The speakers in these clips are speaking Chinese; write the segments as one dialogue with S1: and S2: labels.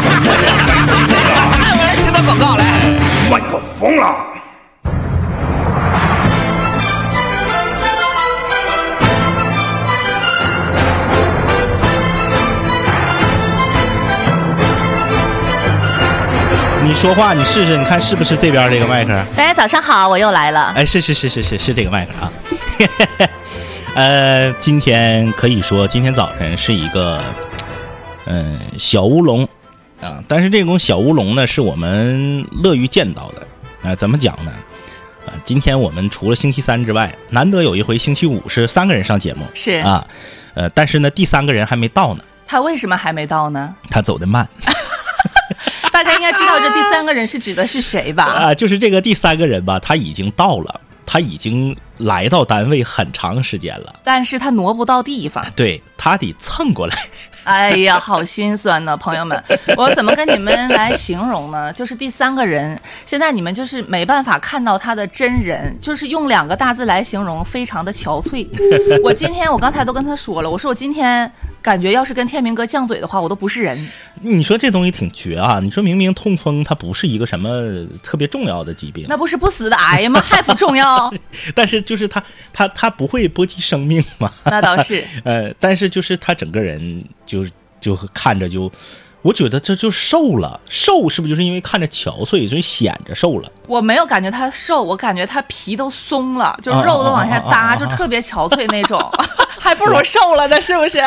S1: 哎，我来听他广告来。
S2: 麦克风了。
S3: 你说话，你试试，你看是不是这边这个麦克？
S4: 大家早上好，我又来了。
S3: 哎，是是是是是是这个麦克啊。 呃，今天可以说今天早晨是一个，嗯、小乌龙啊，但是这种小乌龙呢，是我们乐于见到的。啊、怎么讲呢？啊，今天我们除了星期三之外，难得有一回星期五是三个人上节目，
S4: 是
S3: 啊，呃，但是呢，第三个人还没到呢，
S4: 他为什么还没到呢？
S3: 他走得慢。
S4: 大家应该知道这第三个人是指的是谁吧？
S3: 啊，就是这个第三个人吧，他已经到了，他已经来到单位很长时间了，
S4: 但是他挪不到 地方。
S3: 对他得蹭过来。
S4: 哎呀，好心酸呐，朋友们，我怎么跟你们来形容呢？ 就是第三个人，现在你们就是没办法看到他的真人，就是用两个大字来形容，非常的 憔悴。我今天我刚才都跟他说了，我说我今天感觉要是跟天明哥犟嘴的话，我都不是人。
S3: 你说这东西挺绝啊！你说明明痛风它不是一个什么特别重要的疾病，
S4: 那不是不死的癌 吗？还不重要？
S3: 但是就是它它它不会波及生命嘛，
S4: 那倒是。
S3: 呃，但是就是他整个人就就看着就，我觉得这就瘦了，瘦是不是就是因为看着憔悴，所以显着瘦了？
S4: 我没有感觉他瘦，我感觉他皮都松了，就是
S3: 啊
S4: 肉都往下
S3: 啊啊啊啊
S4: 搭，就特别憔悴 那种，还不如我瘦了呢，是不是？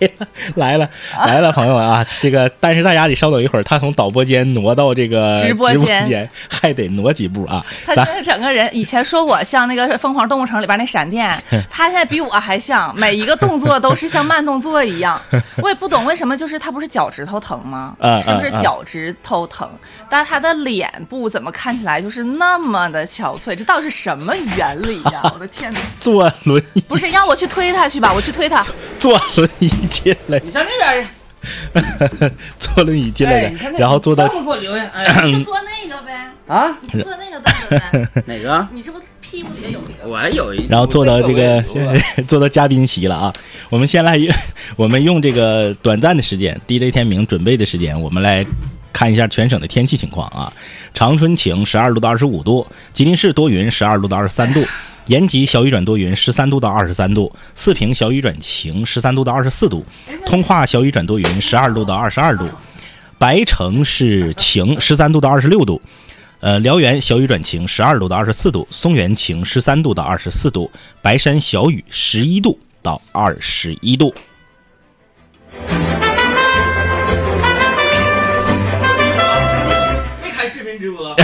S3: 哎呀， 来了来了，朋友们啊！这个，但是大家得稍等一会儿，他从导播间挪到这个
S4: 直播
S3: 间，
S4: 间
S3: 还得挪几步啊。
S4: 他
S3: 咱
S4: 现在整个人，以前说我像那个《疯狂动物城》里边那闪 电，他现在比我还像，每一个动作都是像慢动作一样。 啊我也不懂为什么，就是他不是脚趾头疼吗
S3: 嗯？
S4: 是不是
S3: 嗯嗯
S4: 脚趾头疼？但他的脸部怎么看起来就是那么的憔悴？这到底是什么原理呀、 我的天哪！
S3: 坐轮椅，
S4: 不是让我去推他去吧，我去推他。
S3: 坐轮椅进来，
S1: 你上那边
S3: 坐轮椅进
S1: 去，
S3: 来
S1: 哎，
S3: 的
S1: 你看，那
S3: 然后坐到
S1: 凳子给我留下。哎，
S4: 就坐那个呗，
S1: 啊，
S4: 你坐那个凳子呗，
S1: 哪个？
S4: 你这不屁股底下有一个？
S1: 我还有一，
S3: 然后坐到这 个
S1: 我有一
S3: 坐到嘉宾席了啊！我们先来， 我们用这个短暂的时间，DJ 天明准备的时间，我们来看一下全省的天气情况啊。长春晴，十二度到二十五度；吉林市多云，十二度到二十三度；延吉小雨转多云，十三度到二十三度；四平小雨转晴，十三度到二十四度；通化小雨转多云，十二度到二十二度；白城是晴，十三度到二十六度。呃，辽源小雨转晴，十二度到二十四度；松原晴，十三度到二十四度；白山小雨，十一度到二十一度。
S1: 没开视频直播，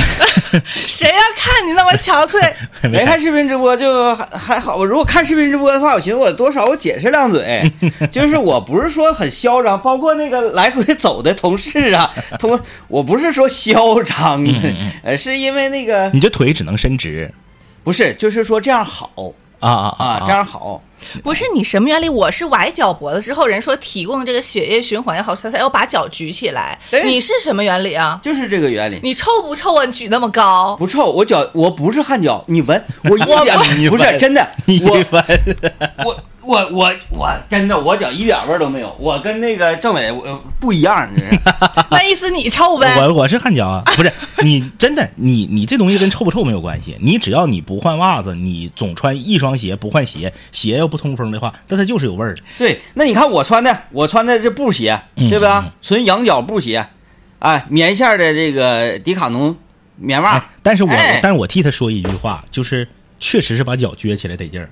S4: 谁要看你那么憔悴？
S1: 没看视频直播就还还好。我如果看视频直播的话，我寻思我多少我解释两 嘴，就是我不是说很嚣张，包括那个来回走的同事啊，同我不是说嚣张的，呃，是因为那个
S3: 你这腿只能伸直
S1: 不是，就是说这样好
S3: 啊啊啊
S1: 啊，这样好。
S4: 不是你什么原理？我是崴脚脖子之后，人说提供这个血液循环也好，哎他才要把脚举起来。
S1: 对
S4: 你是什么原理啊？
S1: 就是这个原理。
S4: 你臭不臭啊？你举那么高，
S1: 不臭，我脚我不是汗脚，你 闻，我一点
S3: 你
S1: 不
S3: 闻
S1: 是真的，
S3: 你
S1: 我
S3: 闻
S1: 我我我我真的我脚一点味儿都没有，我跟那个政委我呃不一样，这 是
S4: 那意思你臭呗？
S3: 我我是汗脚啊，不是你真的你你这东西跟臭不臭没有关系，你只要你不换袜子，你总穿一双鞋不换鞋，鞋要不通风的话，那它就是有味儿的。
S1: 对。那你看我穿的，我穿的这布鞋，对
S3: 嗯嗯
S1: 吧？纯羊角布鞋，哎，棉线儿的这个迪卡侬棉袜
S3: 哎，但是我、
S1: 哎
S3: 但是我替他说一句话，就是确实是把脚撅起来得劲儿。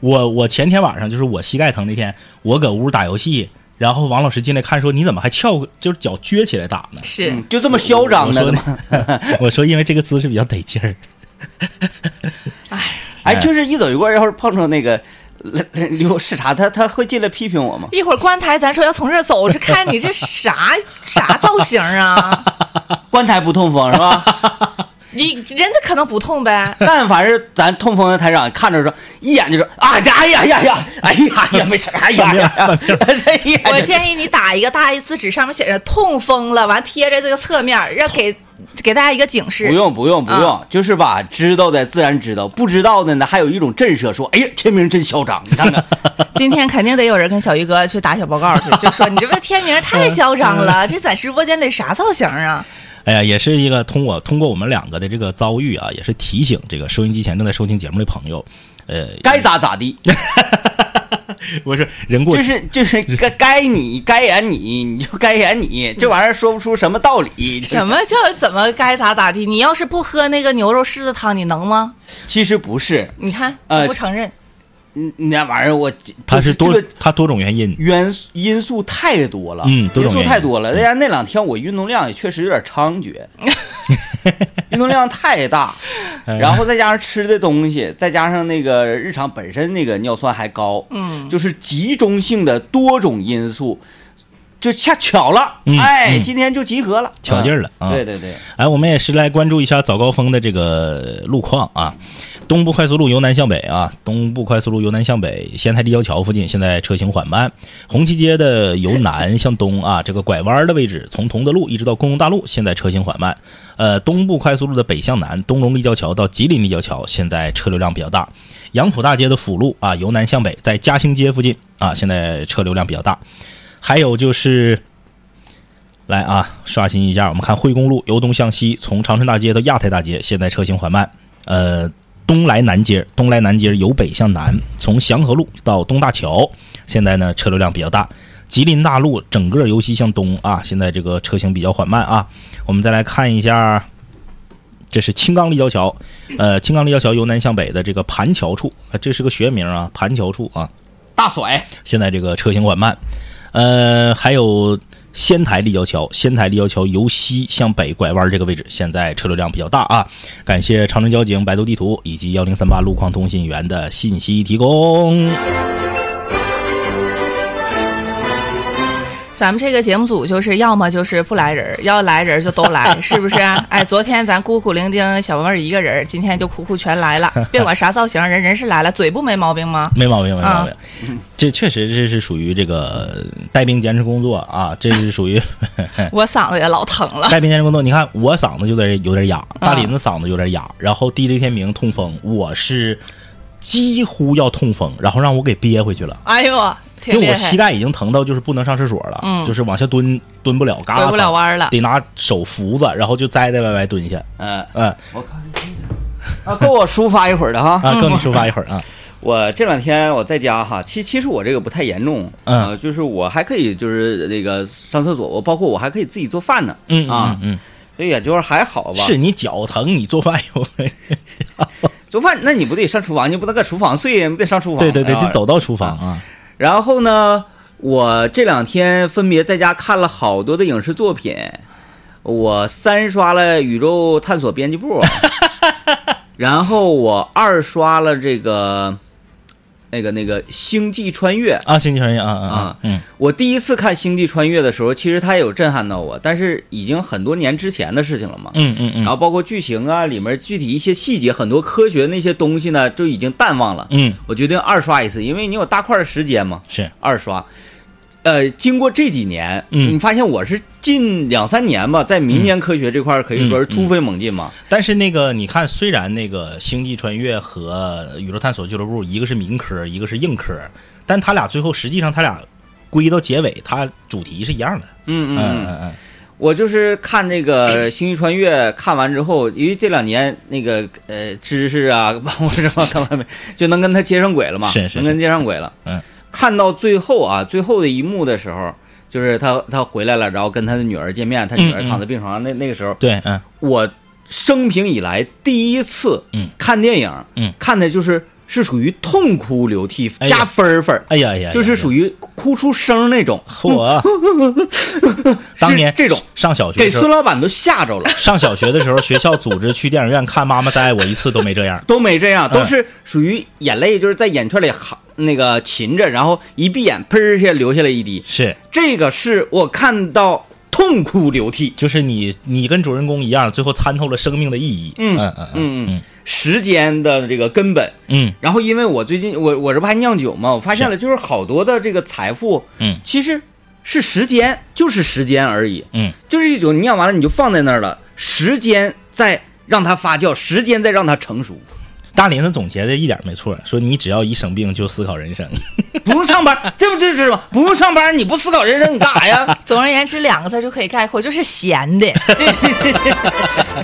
S3: 我我前天晚上就是我膝盖疼那天，我搁屋打游戏，然后王老师进来看说你怎么还翘个，就是脚撅起来打呢？
S4: 是、
S1: 嗯就这么嚣张
S3: 我
S1: 的
S3: 说
S1: 吗？
S3: 我说因为这个姿势比较得劲儿。哎
S1: 哎，就是一走一过，要是碰上那个来来溜视察，他他会进来批评我吗？
S4: 一会儿观台，咱说要从这儿走，这看你这 啥啥造型 啊？
S1: 观台不痛风是吧？
S4: 你人家可能不痛呗，
S1: 但凡是咱痛风的台长看着说，一眼就说啊呀哎呀呀呀，哎呀呀没事儿，哎呀呀呀，这一眼就
S4: 我建议你打一个大 A 四纸，上面写着“痛风了”，完贴着这个侧面，让给给大家一个警示。
S1: 不用不用不用，
S4: 啊
S1: 就是吧，知道的自然知道，不知道的呢，还有一种震慑，说，哎呀，天明真嚣张，你看看，
S4: 今天肯定得有人跟小鱼哥去打小报告去，就说你这不天明太嚣张了，这在直播间里啥造型啊？
S3: 哎呀，也是一个通过通过我们两个的这个遭遇啊，也是提醒这个收音机前正在收听节目的朋友，呃，
S1: 该咋咋地，
S3: 不是人过
S1: 就是就是该该你该演你，你就该演你，这玩意儿说不出什么道理。
S4: 什么叫怎么该咋咋地？你要是不喝那个牛肉柿子汤，你能吗？
S1: 其实不是，
S4: 你看
S1: 呃
S4: 他不承认，
S1: 嗯那玩意儿我
S3: 他是多
S1: 这个
S3: 他多种原因，
S1: 元素因素太多了，
S3: 嗯
S1: 因
S3: 多种
S1: 素
S3: 原因
S1: 太多了。再加上那两天我运动量也确实有点 猖獗，运动量太大，
S3: 嗯
S1: 然后再加上吃的东西，再加上那个日常本身那个尿酸还高，
S4: 嗯，
S1: 就是集中性的多种因素，就恰巧了，
S3: 嗯
S1: 哎，
S3: 嗯
S1: 今天就集合了，
S3: 巧劲儿了
S1: 嗯
S3: 啊
S1: 对对对，
S3: 哎，我们也是来关注一下早高峰的这个路况啊。东部快速路由南向北啊，东部快速路由南向北，仙台立交桥附近现在车行缓慢。红旗街的由南向东啊，这个拐弯的位置，从同德路一直到公共大路，现在车行缓慢。呃，东部快速路的北向南，东龙立交桥到吉林立交桥，现在车流量比较大。杨浦大街的辅路啊，由南向北，在嘉兴街附近啊，现在车流量比较大。还有就是来啊，刷新一下，我们看惠公路由东向西，从长春大街到亚太大街，现在车行缓慢。呃，东来南街，东来南街由北向南，从祥和路到东大桥，现在呢车流量比较大。吉林大路整个由西向东啊，现在这个车型比较缓慢啊。我们再来看一下，这是青冈立交桥，呃，青冈立交桥由南向北的这个盘桥处，啊，这是个学名啊，盘桥处啊，
S1: 大甩，
S3: 现在这个车型缓慢。呃，还有仙台立交桥，仙台立交桥由西向北拐弯这个位置，现在车流量比较大啊。感谢长城交警、百度地图以及幺零三八路况通信员的信息提供。
S4: 咱们这个节目组就是要么就是不来人儿，要来人儿就都 来，是不是？哎，昨天咱孤苦伶仃小妹儿一个人儿，今天就苦苦全来 了，别管啥造型，人人是来了，嘴不没毛病吗？
S3: 没毛病，没毛病。这确实这是属于这个带兵坚持工作啊，这是属于
S4: 我嗓子也老疼了。
S3: 带兵坚持工作。你看我嗓子就在这有点哑，大
S4: 啊
S3: 林子嗓子有点哑，然后 DJ 天明痛风，我是几乎要痛风，然后让我给憋回去了。
S4: 哎呦，挺
S3: 因为
S4: 厉
S3: 我膝
S4: 害，
S3: 盖已经疼到就是不能上厕所了，
S4: 嗯
S3: 就是往下蹲蹲不了，嘎
S4: 回不了弯儿了。
S3: 得拿手扶着，然后就栽栽歪歪蹲下。
S1: 嗯，
S3: 嗯
S1: 我看啊，够我抒发一会儿的哈。
S3: 啊，更你抒发一会儿啊，
S1: 我这两天我在家哈，其其实我这个不太严重，
S3: 嗯
S1: 呃就是我还可以就是那个上厕所，我包括我还可以自己做饭呢，
S3: 嗯
S1: 啊，
S3: 嗯
S1: 所以也就是还好
S3: 嗯，
S1: 吧。
S3: 是你脚疼，你做饭有
S1: 做饭，那你不得上厨房，你不能搁厨房睡，你不得上厨房。
S3: 对对对，
S1: 哎呀
S3: 得走。到厨房啊，
S1: 然后呢，我这两天分别在家看了好多的影视作品，我三刷了《宇宙探索编辑 部》，然后我二刷了这个那个那个《星际穿越》。
S3: 啊，星际穿越啊啊啊
S1: 啊，
S3: 嗯
S1: 我第一次看《星际穿越》的时候，其实它也有震撼到我，但是已经很多年之前的事情了嘛。
S3: 嗯嗯
S1: 然
S3: 嗯
S1: 后包括剧情啊，里面具体一些细节，很多科学那些东西呢，就已经淡忘了。
S3: 嗯，
S1: 我决定二刷一次，因为你有大块的时间嘛，
S3: 是
S1: 二刷。呃，经过这几年，
S3: 嗯
S1: 你发现我是近两三年吧，在民间科学这块儿可以说是
S3: 嗯嗯
S1: 突飞猛进嘛。
S3: 但是那个你看，虽然那个《星际穿越》和《宇宙探索俱乐部》一个是民科，一个是硬科，但他俩最后实际上他俩归到结尾，它主题是一样的。
S1: 嗯
S3: 嗯
S1: 嗯嗯，
S3: 嗯嗯，
S1: 我就是看这个《星际穿越》，看完之后，因为这两年那个呃知识啊，包括什么看完没，就能跟他接上轨了嘛，
S3: 是是
S1: 能跟接上轨了。
S3: 嗯，
S1: 看到最后啊，最后的一幕的时候，就是他他回来了，然后跟他的女儿见面，他女儿
S3: 嗯嗯
S1: 躺在病床上，那那个时候，
S3: 对，嗯
S1: 我生平以来第一次
S3: 嗯
S1: 看电影，
S3: 嗯
S1: 看的就是是属于痛哭流涕
S3: 哎呀
S1: 加分儿分儿，
S3: 哎呀哎呀，
S1: 就是属
S3: 于
S1: 于哭出声儿那种，
S3: 嚯，当年
S1: 是这种
S3: 上小学
S1: 给
S3: 的时候
S1: 孙，老板都吓着了。
S3: 上小学的时候，学校组织去电影院看《妈妈再爱我一次》都没这样。
S1: 都没这样，都是属于眼泪就是在眼圈里含那个擒着，然后一闭眼，喷儿一下流下来一滴。
S3: 是，
S1: 这个是我看到痛哭流涕。
S3: 就是你你跟主人公一样，最后参透了生命的意义。
S1: 嗯
S3: 嗯嗯嗯
S1: 嗯
S3: 嗯
S1: 嗯，时间的这个根本。
S3: 嗯
S1: 然后因为我最近我我这不还酿酒嘛，我发现了就是好多的这个财富
S3: 嗯
S1: 其实是时间，就是时间而已，
S3: 嗯，
S1: 就是一种酿完了你就放在那儿了，时间在让它发酵，时间在让它成熟。
S3: 大林子总结的一点没错，说你只要一生病就思考人生。
S1: 不用上班，这不这这吗？不用上班，你不思考人生，你干啥呀？
S4: 总而言之，两个字就可以概括，就是闲的。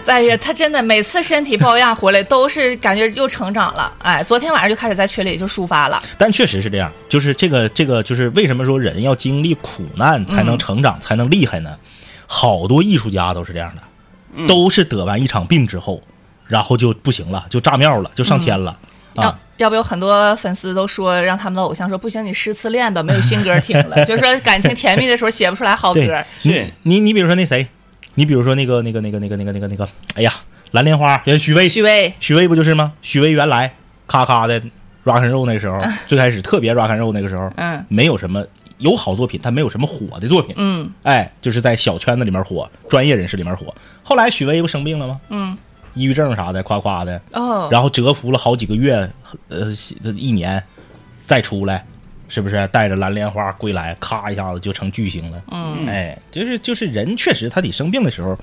S4: 哎呀，他真的每次身体抱恙回来，都是感觉又成长了。哎，昨天晚上就开始在群里就抒发了，
S3: 但确实是这样，就是这个这个就是为什么说人要经历苦难才
S1: 嗯
S3: 能成长、才能厉害呢？好多艺术家都是这样的，
S1: 嗯
S3: 都是得完一场病之后，然后就不行了，就炸庙了，就上天了、
S1: 嗯哦
S4: 要、
S3: 啊！
S4: 要不有很多粉丝都说让他们的偶像说不行，你失次恋吧，没有新歌听了，就是说感情甜蜜的时候写不出来好歌
S3: 对。，你
S1: 是
S3: 你你比如说那谁，你比如说那个那个那个那个那个那个那个，哎呀，蓝莲花人许巍，
S4: 许巍，
S3: 许巍不就是吗？许巍原来咔咔的 rock and roll 那个时候，最开始特别 rock and roll 那个时候，
S4: 嗯
S3: 没有什么有好作品，但没有什么火的作品，
S4: 嗯，
S3: 哎，就是在小圈子里面火，专业人士里面火。后来许巍不生病了吗？
S4: 嗯，
S3: 抑郁症啥的，夸夸的，
S4: 哦，
S3: 然后蛰伏了好几个月，呃，一年，再出来，是不是带着蓝莲花归来，咔一下子就成巨星了？嗯，哎，就是就是人确实他得生病的时候，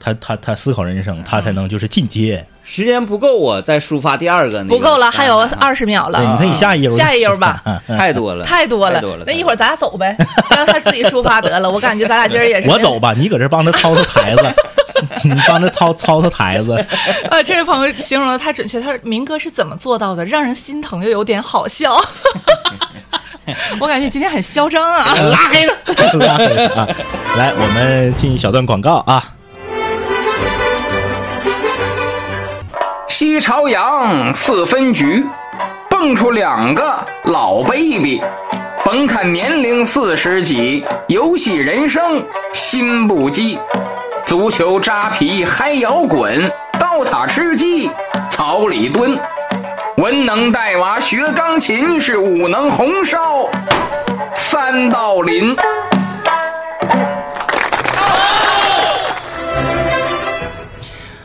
S3: 他他他思考人生，他才能就是进阶。
S1: 时间不够，我再抒发第二个、那个。啊
S4: 不够了，还有二十秒
S3: 对，你
S4: 了，
S3: 看你下一页，
S4: 下一页吧。
S1: 太多了，
S4: 太多了，那一会儿咱俩走呗，让他自己抒发得了。我感觉咱俩今儿 也是，
S3: 我走吧，你搁这帮他掏掏台 子，你帮他掏掏掏台子。
S4: 呃，这位朋友形容的太准确，他说明哥是怎么做到的，让人心疼又有点好笑。 我感觉今天很嚣张啊！
S3: 呃
S1: 拉黑了。
S3: 拉黑了啊！来，我们进一小段广告啊。
S2: 西朝阳四分局，蹦出两个老 baby，甭看年龄四十几，游戏人生心不羁，足球扎皮嗨摇滚，刀塔吃鸡草里蹲，文能带娃学钢琴，是武能红烧三道林。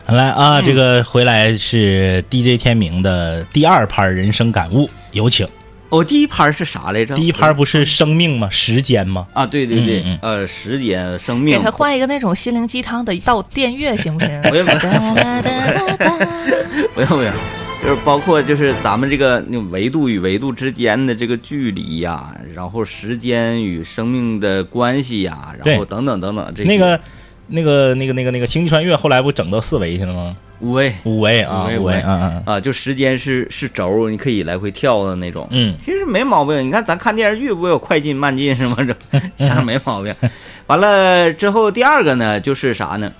S3: 来啊，这个回来是 DJ 天明的第二盘人生感悟，有请。
S1: 我哦第一盘是啥来着？
S3: 第一盘不是生命吗？时间吗？
S1: 啊，对对对，
S3: 嗯
S1: 呃，时间、生
S4: 给
S1: 命，
S4: 他换一个那种心灵鸡汤的一道电乐行不行？
S1: 我也不
S4: 哒哒哒哒
S1: 不用不用，就是包括就是咱们这个那维度与维度之间的这个距离呀、然后时间与生命的关系呀、然后
S3: 对
S1: 等等等等这些
S3: 那个、那个、那个、那个、那个《星际穿越》后来不整到四维去了吗？
S1: 五位
S3: 五维啊，
S1: 五维
S3: 五维，
S1: 五维
S3: 嗯嗯
S1: 啊，就时间是是轴，你可以来回跳的那种。
S3: 嗯
S1: 其实没毛病。你看咱看电视剧不有快进慢进什么这 这样没毛病。完了之后第二个呢就是啥呢？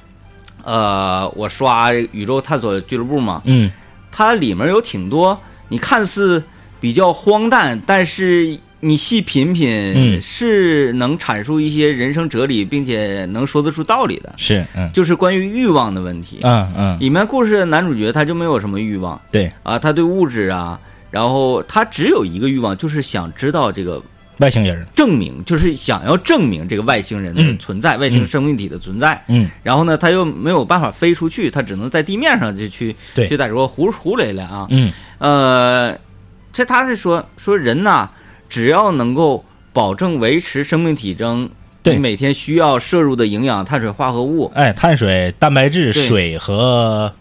S1: 呃，我刷《宇宙探索俱乐部》嘛，
S3: 嗯
S1: 它里面有挺多你看似比较荒诞，但是你细品品、
S3: 嗯
S1: 是能阐述一些人生哲理，并且能说得出道理的，
S3: 是嗯
S1: 就是关于欲望的问题。
S3: 嗯嗯，
S1: 里面故事的男主角他就没有什么欲望
S3: 对，
S1: 啊，他对物质啊，然后他只有一个欲望，就是想知道这个
S3: 外星人，
S1: 证明，就是想要证明这个外星人的
S3: 嗯
S1: 存在，外星生命体的存在。
S3: 嗯
S1: 然后呢，他又没有办法飞出去，他只能在地面上就去
S3: 对
S1: 去在说胡胡来了啊。
S3: 嗯
S1: 呃，这他是说说人呐、只要能够保证维持生命体征，
S3: 对
S1: 你每天需要摄入的营养、碳水化合物，
S3: 哎，碳水、蛋白质、
S1: 对嗯
S3: 水和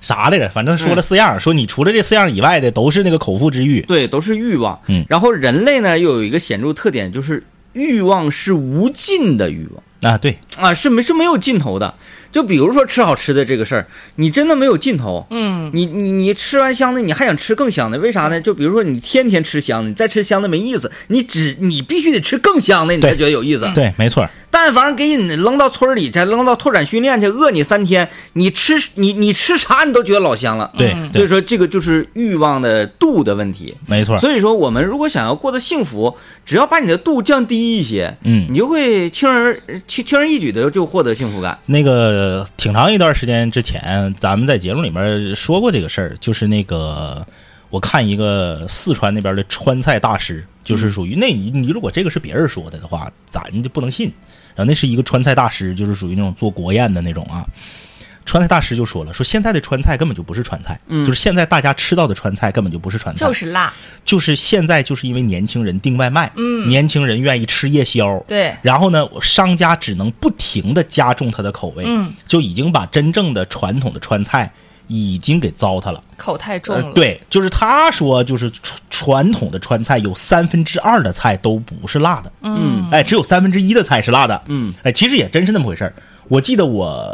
S3: 啥来着？反正说了四样，说你除了这四样以外的都是那个口腹之欲。
S1: 对，都是欲望。
S3: 嗯
S1: 然后人类呢，又有一个显著特点，就是欲望是无尽的欲望。
S3: 啊，对，
S1: 啊，是没是没有尽头的。就比如说吃好吃的这个事儿，你真的没有尽头。
S4: 嗯，
S1: 你你你吃完香的，你还想吃更香的，为啥呢？就比如说你天天吃香的，你再吃香的没意思，你只你必须得吃更香的，你才
S3: 对
S1: 觉得有意思。
S3: 对，没错儿，
S1: 但凡给你扔到村儿里，再扔到拓展训练去，饿你三天，你吃你你吃啥你都觉得老香了。
S3: 对
S1: 所以
S3: 嗯对，
S1: 说这个就是欲望的度的问题。
S3: 没错儿，
S1: 所以说，我们如果想要过得幸福，只要把你的度降低一些，
S3: 嗯
S1: 你就会轻而轻轻而易举的就获得幸福感。
S3: 那个挺长一段时间之前，咱们在节目里面说过这个事儿，就是那个我看一个四川那边的川菜大师，就是属于那你你如果这个是别人说的的话，咱就不能信。然后那是一个川菜大师，就是属于那种做国宴的那种啊。川菜大师就说了，说现在的川菜根本就不是川菜，就是现在大家吃到的川菜根本就不是川菜，
S4: 就是辣，
S3: 就是现在就是因为年轻人订外卖，嗯，年轻人愿意吃夜宵，
S4: 对
S3: 然后呢，商家只能不停的加重它的口味，
S4: 嗯，
S3: 就已经把真正的传统的川菜已经给糟蹋了。
S4: 口太重
S3: 呃
S4: 了。，
S3: 对，就是他说，就是传传统的川菜有三分之二的菜都不是辣的，嗯，哎，只有三分之一的菜是辣的，嗯，哎，其实也真是那么回事儿。我记得我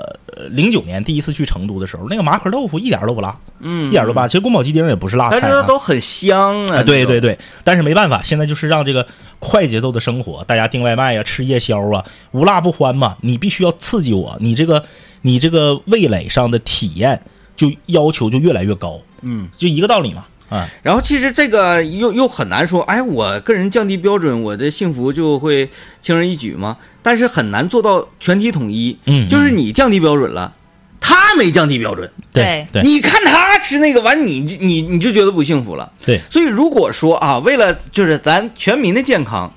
S3: 零九年第一次去成都的时候，那个麻婆豆腐一点儿都不辣，嗯，一点儿都不辣。其实宫保鸡丁也不是辣菜、啊，
S1: 但是都很香啊
S3: 啊，。对
S1: 那种
S3: 对，对，但是没办法，现在就是让这个快节奏的生活，大家订外卖呀、吃夜宵啊，无辣不欢嘛。你必须要刺激我，你这个你这个味蕾上的体验就要求就越来越高，嗯，就一个道理嘛，啊，
S1: 然后其实这个又又很难说，哎，我个人降低标准，我的幸福就会轻而易举吗？但是很难做到全体统一。
S3: 嗯
S1: 就是你降低标准了，他没降低标准，
S3: 对对
S1: 你看他吃那个完，你就你你就觉得不幸福了。
S3: 对
S1: 所以如果说啊，为了就是咱全民的健康，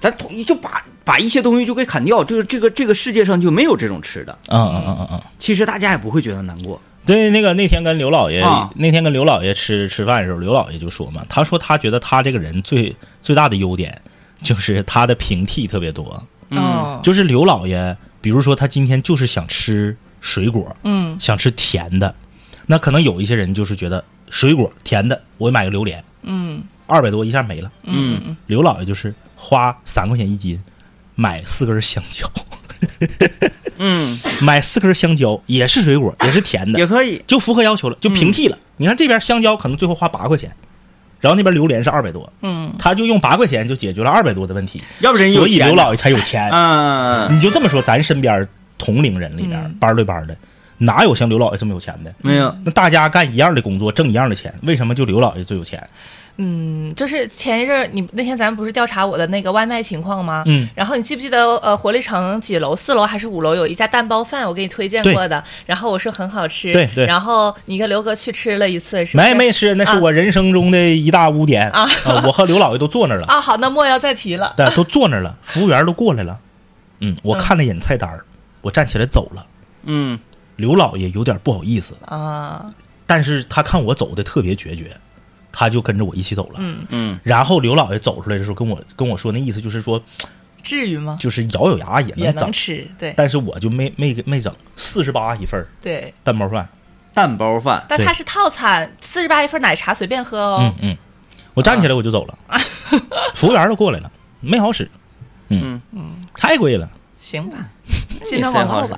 S1: 咱统一就把把一些东西就给砍掉，就是这个这个世界上就没有这种吃的。
S3: 嗯嗯嗯嗯嗯。
S1: 其实大家也不会觉得难过。
S3: 对，那个那天跟刘老爷、
S1: 啊
S3: 那天跟刘老爷吃吃饭的时候，刘老爷就说嘛，他说他觉得他这个人最最大的优点就是他的平替特别多，
S4: 嗯，
S3: 就是刘老爷，比如说他今天就是想吃水果，
S4: 嗯
S3: 想吃甜的，那可能有一些人就是觉得水果甜的，我买个榴莲，
S4: 嗯
S3: 二百多一下没了。
S1: 嗯，
S3: 刘老爷就是花三块钱一斤买四根香蕉，
S1: 嗯，
S3: 买四根香蕉也是水果，也是甜
S1: 也嗯
S3: 的，
S1: 可以。
S3: 就符合要求了，就平替了。你看这边香蕉可能最后花八块钱。然后那边榴莲是二百多，
S4: 嗯，
S3: 他就用八块钱就解决了二百多的问题，
S1: 要不人有
S3: 所以
S1: 钱
S3: 刘
S1: 呢
S3: 老爷才有钱。
S1: 嗯，
S3: 你就这么说，咱身边同龄人里边、
S4: 嗯
S3: 班儿对班儿的，哪有像刘老爷这么有钱的？
S1: 没有。
S3: 那大家干一样的工作，挣一样的钱，为什么就刘老爷最有钱？
S4: 嗯，就是前一阵儿你那天咱们不是调查我的那个外卖情况吗？
S3: 嗯，
S4: 然后你记不记得呃活力城几楼四楼还是五楼有一家蛋包饭，我给你推荐过的，然后我说很好吃，
S3: 对对
S4: 然后你跟刘哥去吃了一次，是不是？
S3: 没没是，那是
S4: 啊
S3: 我人生中的一大污点
S4: 啊
S3: 呃我和刘老爷都坐那儿了，
S4: 啊，好，那莫要再提了。
S3: 对，都坐那儿了，服务员都过来了。嗯，我看了一眼菜单儿，我站起来走了。
S1: 嗯，
S3: 刘老爷有点不好意思，
S4: 啊，
S3: 但是他看我走的特别决绝，他就跟着我一起走了。
S4: 嗯
S1: 嗯，
S3: 然后刘老爷走出来的时候，跟我跟我说那意思就是说，
S4: 至于吗？
S3: 就是咬咬牙也
S4: 也
S3: 能整
S4: 能，吃，对
S3: 但是我就没没没整，四十八一份儿
S4: 对，
S3: 蛋包饭。
S1: 蛋包饭。
S4: 但
S3: 对
S4: 它是套餐，四十八一份奶茶随便喝
S3: 嗯
S4: 哦。啊
S3: 嗯，我站起来我就走了，服务员儿都过来了，没好使，嗯嗯，太贵了。
S4: 行吧，进段广告吧，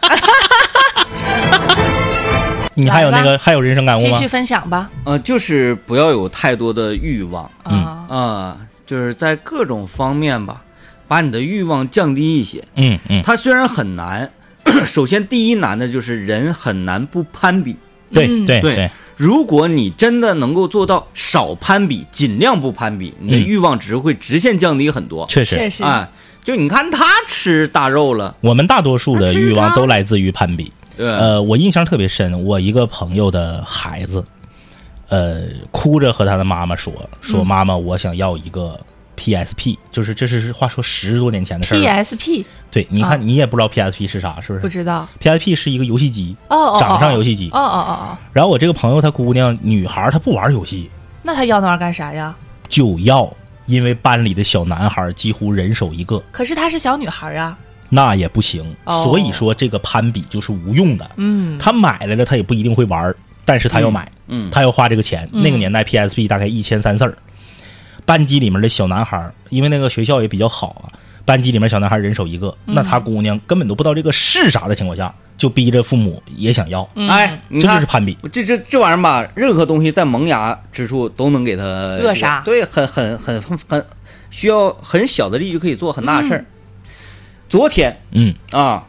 S3: 你还有那个还有人生感悟
S4: 继
S3: 吗
S4: 续？分享吧。
S1: 呃，就是不要有太多的欲望
S4: 啊
S1: 啊、，
S3: 嗯
S1: 就是在各种方面吧，把你的欲望降低一些。
S3: 嗯嗯，
S1: 它虽然很难， 首先第一难的就是人很难不攀比。
S3: 对
S4: 嗯
S3: 对
S1: 对
S3: 对，
S1: 如果你真的能够做到少攀比，尽量不攀比，你的
S3: 嗯
S1: 欲望值会直线降低很多。
S3: 确
S4: 确
S3: 实，
S4: 实，
S1: 哎，就你看他吃大肉了，
S3: 我们大多数的欲
S4: 啊吃
S3: 望
S4: 它
S3: 都来自于攀比。
S1: 对，
S3: 呃，我印象特别深，我一个朋友的孩子，呃，哭着和他的妈妈说
S4: 嗯
S3: 说妈妈，我想要一个 PSP，就是这是话说十多年前的事儿了。
S4: PSP
S3: 对，你
S4: 啊
S3: 看你也不知道 PSP 是啥，是不嗯
S4: 不
S3: 是
S4: 知道。
S3: ？PSP 是一个游戏机，
S4: 哦哦，哦
S3: 掌上游戏机
S4: 哦。哦哦
S3: 然后我这个朋友她姑娘女孩儿她不玩游戏，
S4: 哦，那他要那玩意儿干啥呀？
S3: 就要，因为班里的小男孩儿几乎人手一个，
S4: 可是她是小女孩儿啊。
S3: 那也不行。
S4: 哦
S3: 所以说这个攀比就是无用的。
S4: 嗯，
S3: 他买来了，他也不一定会玩儿，但是他要买，
S1: 嗯，
S3: 他要花这个钱。那个年代 PSP 大概一千三四儿，班级里面的小男孩儿，因为那个学校也比较好啊，班级里面小男孩儿人手一个，
S4: 嗯
S3: 那他姑娘根本都不知道这个是啥的情况下，就逼着父母也想要，
S4: 嗯
S1: 哎，
S3: 这
S1: 你
S3: 就
S1: 看
S3: 是攀比。
S1: 这这这玩意儿吧，任何东西在萌芽之处都能给它
S4: 扼杀
S1: 对，很很很很很需要很小的力就可以做很大的
S4: 嗯
S1: 事儿。昨天
S3: 嗯
S1: 啊，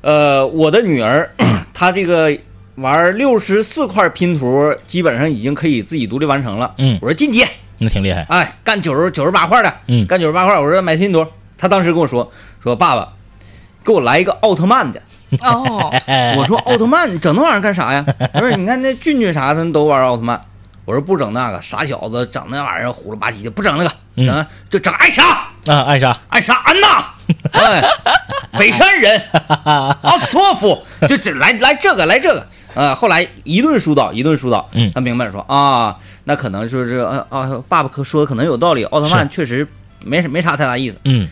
S1: 呃，我的女儿她这个玩六十四块拼图，基本上已经可以自己独立完成了。
S3: 嗯
S1: 我说进阶，
S3: 那挺厉害。
S1: 哎，干九十九十八块的，
S3: 嗯
S1: 干九十八块，我说买拼图。她当时跟我说说爸爸，给我来一个奥特曼的。
S4: 哦，
S1: 我说奥特曼，你整那玩意儿干啥呀？不是，你看那俊俊啥的都玩奥特曼。我说不整那个，傻小子整那玩意儿虎了吧唧的，不整那个，整、就整哎艾莎，
S3: 啊，艾莎，
S1: 艾莎安娜，哎， 北山人，奥斯托夫，就这来来这个来这个，呃，后来一顿疏导，一顿疏导，
S3: 嗯
S1: 他明白了说啊，那可能就是啊啊，爸爸可说的可能有道理，奥特曼确实没没啥太大意思，
S3: 嗯，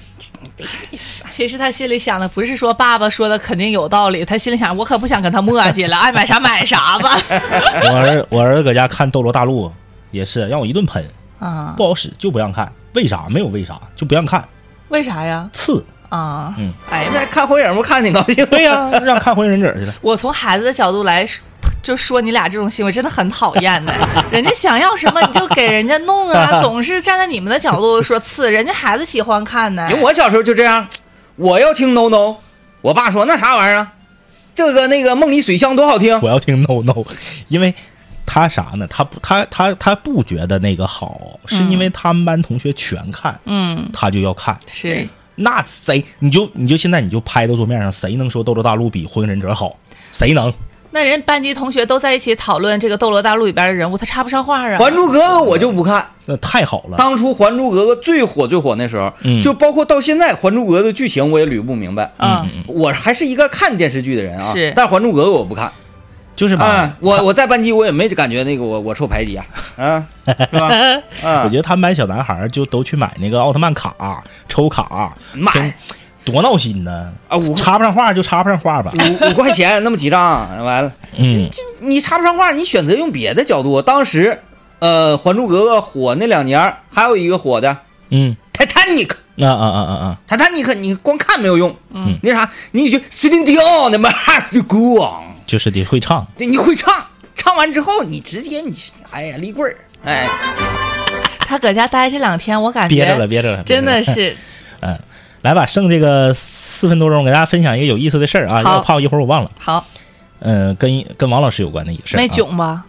S4: 其实他心里想的不是说爸爸说的肯定有道理，他心里想我可不想跟他磨叽 了，爱买啥买啥吧。
S3: 我儿我儿子搁家看《斗罗大陆》，也是让我一顿喷，
S4: 啊，
S3: 不好使就不让看，为啥？没有为啥，就不让看，
S4: 为啥呀？
S3: 次。
S4: 啊，
S3: 嗯，
S4: 哎呀妈
S1: 那看火影不看挺高兴，
S3: 对呀、让看《火影忍者》去了。
S4: 我从孩子的角度来说就说你俩这种行为真的很讨 厌的。人家想要什么你就给人家弄 啊，总是站在你们的角度说次，人家孩子喜欢看呢
S1: 因。为我小时候就这样，我要听 no no，我爸说那啥玩意儿啊，这个那个梦里水乡多好听，
S3: 我要听 no no，因为他啥呢？他不，他他他不觉得那个好，是因为他们班同学全看，
S4: 嗯，
S3: 他就要看。
S4: 是
S3: 那谁你就你就现在你就拍到桌面上，谁能说《斗罗大陆》比《火影忍者》好？谁能？
S4: 那人班级同学都在一起讨论这个《斗罗大陆》里边的人物，他插不上话
S1: 《
S4: 啊
S1: 还。珠格格》我就不看。
S3: 那太好了。
S1: 当初《还珠格格》最火最火那时候，
S3: 嗯
S1: 就包括到现在，《还珠格格》的剧情我也捋不明白。
S4: 嗯，
S1: 我还是一个看电视剧的人啊，
S4: 是
S1: 但《还珠格格》我不看。
S3: 就是吧，
S1: 啊，我我在班级我也没感觉那个我我受排挤啊，啊，是吧？
S3: 我
S1: 啊
S3: 觉，得他们班小男孩儿就都去买那个奥特曼卡、抽卡，
S1: 妈呀
S3: 多闹心呢！
S1: 啊，五
S3: 插不上话就插不上话吧。
S1: 五五块钱那么几张，完了，
S3: 嗯，
S1: 你插不上话，你选择用别的角度。当时，呃，《还珠格格》火那两年儿，还有一个火的
S3: 嗯，
S1: 《Titanic》。
S3: 啊啊啊啊啊！
S1: 《Titanic》你光看没有用，
S3: 嗯，
S1: 那啥，你去 Celine Dion 的《My Heart Will Go On》，
S3: 就是得会唱。
S1: 对，你会唱，唱完之后你直接你去，哎呀，立棍儿，哎，
S4: 他搁家待这两天，我感
S3: 憋着了，
S4: 觉
S3: 憋着了，憋着
S4: 哎真
S3: 了
S4: 的是
S3: 嗯，来吧，剩这个四分多钟，给大家分享一个有意思的事儿啊，
S4: 好
S3: 要怕我一会儿我忘了。
S4: 好
S3: 嗯，跟一跟王老师有关的一个事儿、啊。
S4: 没囧吧？，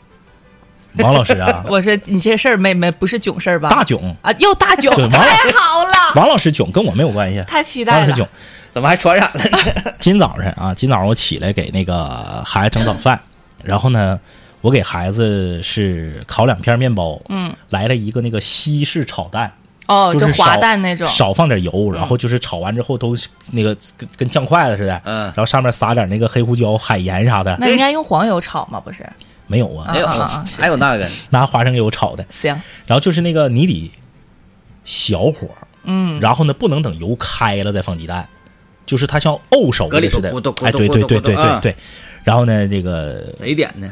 S3: 王老师啊
S4: 我说你这事儿没没不是囧事儿吧？
S3: 大囧，
S4: 啊，又大囧
S3: 对，王
S4: 太好了，
S3: 王老师囧跟我没有关系。
S4: 太期
S3: 王老
S4: 待
S3: 师
S4: 了。
S3: 囧，
S1: 怎么还传染了呢？
S3: 今早上啊，今早上我起来给那个孩子整早饭，
S4: 嗯
S3: 然后呢，我给孩子是烤两片面包，
S4: 嗯，
S3: 来了一个那个西式炒蛋，
S4: 哦，
S3: 就是
S4: 滑
S3: 少
S4: 蛋那种，嗯
S3: 少放点油，然后就是炒完之后都是那个跟跟酱筷子似的，
S1: 嗯
S3: 然后上面撒点那个黑胡椒、海盐啥的，
S4: 那应该用黄油炒吗？不是？
S3: 没有啊，
S4: 啊
S1: 哎呦，还有那个，
S3: 拿花生油炒的，
S4: 行，
S3: 然后就是那个你得小火，
S4: 嗯，
S3: 然后呢不能等油开了再放鸡蛋，就是它像沤熟
S1: 搁里
S3: 的似的
S1: 咕嘟咕，嘟
S3: 哎，对对对
S1: 咕嘟咕嘟
S3: 对对
S1: 啊
S3: 对，然后呢这个
S1: 谁点的？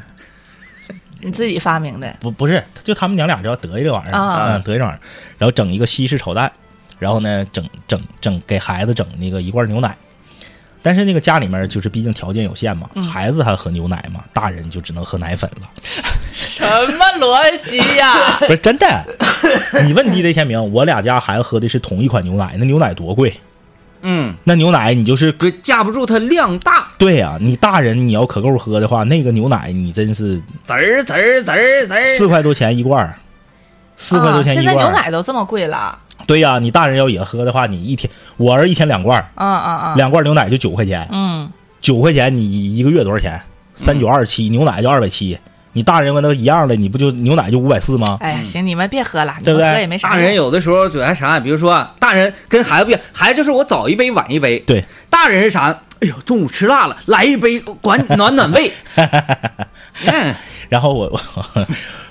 S4: 你自己发明的，
S3: 不不是，就他们娘俩就要得意这玩意儿，
S4: 啊
S3: 嗯，得意这玩意儿，然后整一个西式炒蛋，然后呢，整整整给孩子整那个一罐牛奶，但是那个家里面就是毕竟条件有限嘛，
S4: 嗯
S3: 孩子还喝牛奶嘛，大人就只能喝奶粉了，
S4: 什么逻辑呀？
S3: 不是真的。你问 DJ 天明，我俩家孩子喝的是同一款牛奶，那牛奶多贵？
S1: 嗯，
S3: 那牛奶你就是
S1: 搁架不住它量大，
S3: 对呀、你大人你要可够喝的话，那个牛奶你真是
S1: 滋儿滋儿滋儿滋
S3: 四
S1: 儿，
S3: 块多钱一罐儿， 四块多
S4: 哎啊，
S3: 钱
S4: 现
S3: 一
S4: 在
S3: 罐
S4: 牛
S3: 儿。
S4: 奶都这么贵了，
S3: 对呀、你大人要也喝的话，你一天我儿一天两罐儿。
S4: 嗯嗯嗯，
S3: 两罐牛奶就九块钱，
S4: 嗯，
S3: 九块钱你一个月多少钱？三九二七，牛奶就二百七，你大人跟他一样的，你不就牛奶就五百四吗？
S4: 哎呀，行，你们别喝了，你
S3: 嗯对不
S4: 们
S3: 对
S4: 喝也没啥
S1: 大人
S4: 用。
S1: 有的时候嘴还啥，比如说啊大人跟孩子不一样，孩子就是我早一杯晚一杯，
S3: 对，
S1: 大人是啥？哎呦，中午吃辣了，来一杯管暖暖 胃。
S4: 哎
S1: 嗯，
S3: 然后我 我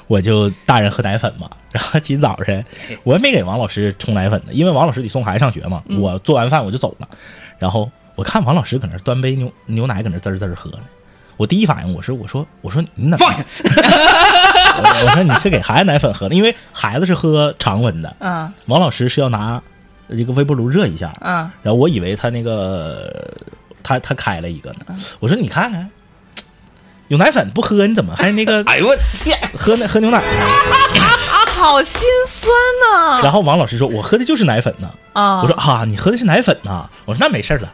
S3: 我就大人喝奶粉嘛， 然后今早
S1: 哎
S3: 晨我也没给王老师冲奶粉呢，因为王老师得送孩子上学嘛，
S1: 嗯
S3: 我做完饭我就走了，然后我看王老师搁那儿端杯牛牛奶搁那儿滋儿滋儿喝呢。我第一反应我是我说我说你怎么
S1: 放下，
S3: 我我说你是给孩子奶粉喝的，因为孩子是喝常温的，
S4: 嗯
S3: 王老师是要拿这个微波炉热一下，
S4: 嗯，
S3: 然后我以为他那个他他开了一个
S1: 嗯
S3: 呢，我说你看看，有奶粉不喝，你怎么还 那个
S1: 哎呦我天，
S3: 喝那喝牛奶？
S4: 啊，好心酸呐！
S3: 然后王老师说，我喝的就是奶粉呢。
S4: 啊，
S3: 我说，啊，你喝的是奶粉呐？我说那没事儿了。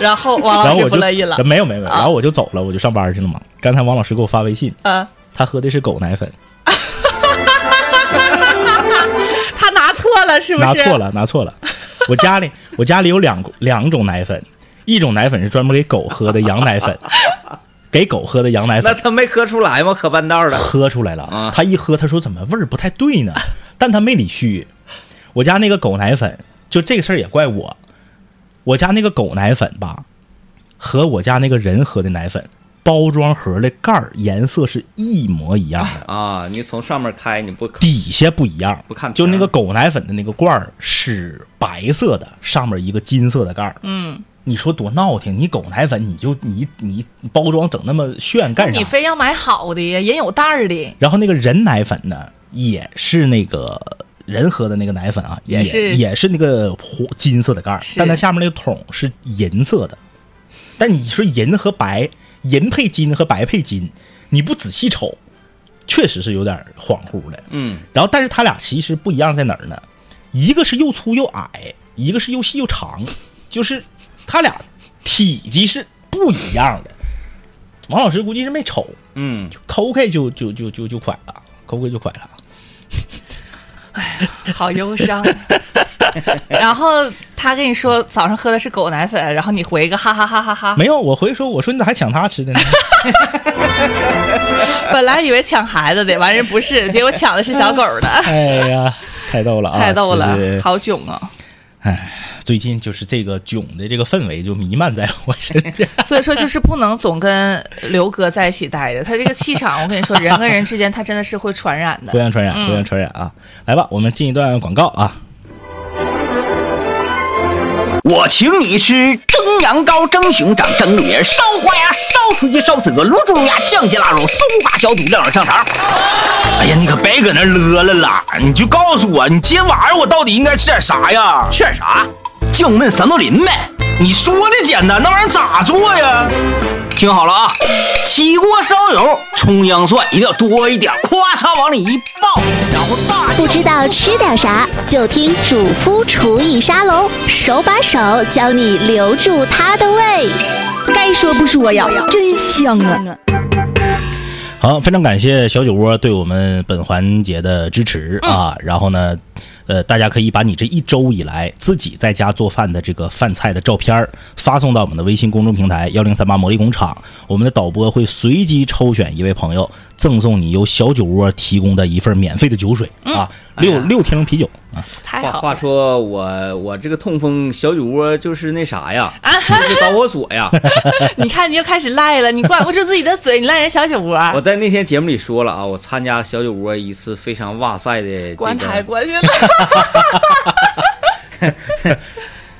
S4: 然后王
S3: 然
S4: 老
S3: 后
S4: 师
S3: 我
S4: 啊
S3: 就
S4: 不乐意了，啊
S3: 没有没有，没有然后我就走了，我就上班去了嘛。刚才王老师给我发微信，
S4: 嗯，
S3: 他喝的是狗奶粉，
S4: 他拿错了是不是？
S3: 拿错，了，拿错了。我家里我家里有两两种奶粉，一种奶粉是专门给狗喝的羊奶粉，给狗喝的羊奶粉
S1: 那。他没喝出来吗？可半道了，
S3: 喝出来了。
S1: 啊
S3: 他一喝，他说怎么味儿不太 对呢？但他没理旭。我家那个狗奶粉，就这个事儿也怪我。我家那个狗奶粉吧，和我家那个人喝的奶粉包装盒的盖儿颜色是一模一样的，
S1: 啊！你从上面开，你不可
S3: 底下不一样。
S1: 不看瓶
S3: 就
S1: 儿
S3: 那个狗奶粉的那个罐儿是白色的，上面一个金色的盖儿。
S4: 嗯，
S3: 你说多闹挺！你狗奶粉你就你你包装整那么炫干啥？
S4: 你非要买好的呀，人有袋儿 的，
S3: 然后那个人奶粉呢，也是那个人喝的那个奶粉啊，也
S4: 也是
S3: 也是那个红金色的盖儿，
S4: 是
S3: 但它下面那个桶是银色的。但你说银和白，银配金和白配金，你不仔细瞅，确实是有点恍惚的。
S1: 嗯
S3: 然后，但是它俩其实不一样在哪儿呢？一个是又粗又矮，一个是又细又长，就是它俩体积是不一样的。王老师估计是没瞅，
S1: 嗯，
S3: 抠开就就就就就蒯了，抠开就蒯了。
S4: 好忧伤。然后他跟你说早上喝的是狗奶粉，然后你回一个哈哈哈哈哈。
S3: 没有，我回去说，我说你咋还抢他吃的 呢？
S4: 本来以为抢孩子的，完人不是，结果抢的是小狗的，
S3: 哎呀，太逗 了啊！
S4: 太逗了
S3: 就是，
S4: 好囧啊！
S3: 最近就是这个囧的这个氛围就弥漫在我身边。
S4: 所以说，就是不能总跟刘哥在一起待着，他这个气场，我跟你说，人跟人之间，他真的是会传染
S3: 互
S4: 的。
S3: 相传染，
S4: 嗯
S3: 互相传染啊！来吧，我们进一段广告啊。
S5: 我请你吃蒸羊羔、蒸熊掌、蒸鹿眼、烧花鸭、烧雏鸡、烧子鹅、卤猪鸭、酱鸡腊肉、松花小肚、料酒香肠。
S6: 哎呀，你可别搁那乐了啦！你就告诉我，你今晚上我到底应该吃点啥呀？
S5: 吃点啥？
S6: 酱焖三豆林呗。你说的简单，那玩意儿咋做呀？
S5: 听好了啊，起锅烧油，葱姜蒜一定要多一点，咵嚓往里一爆，然后大
S7: 不知道吃点啥，就听主夫厨艺沙龙，手把手教你留住它的胃。该说不说呀，真香啊！
S3: 好，非常感谢小酒窝对我们本环节的支持
S4: 嗯
S3: 啊！然后呢，呃，大家可以把你这一周以来自己在家做饭的这个饭菜的照片儿发送到我们的微信公众平台幺零三八魔力工厂，我们的导播会随机抽选一位朋友，赠送你由小酒窝提供的一份免费的酒水
S4: 嗯
S3: 啊，
S4: 哎
S3: 六六听啤酒啊，
S4: 太
S1: 话
S4: 哎好
S1: 话
S4: 了，
S1: 说我我这个痛风小酒窝就是那啥呀，
S4: 啊
S1: 就是导火索 呀。
S4: 你看你又开始赖了，你管不住自己的嘴，你赖人小酒窝，
S1: 我在那天节目里说了啊，我参加小酒窝一次非常哇塞的这
S4: 关台
S1: 个，
S4: 过去了。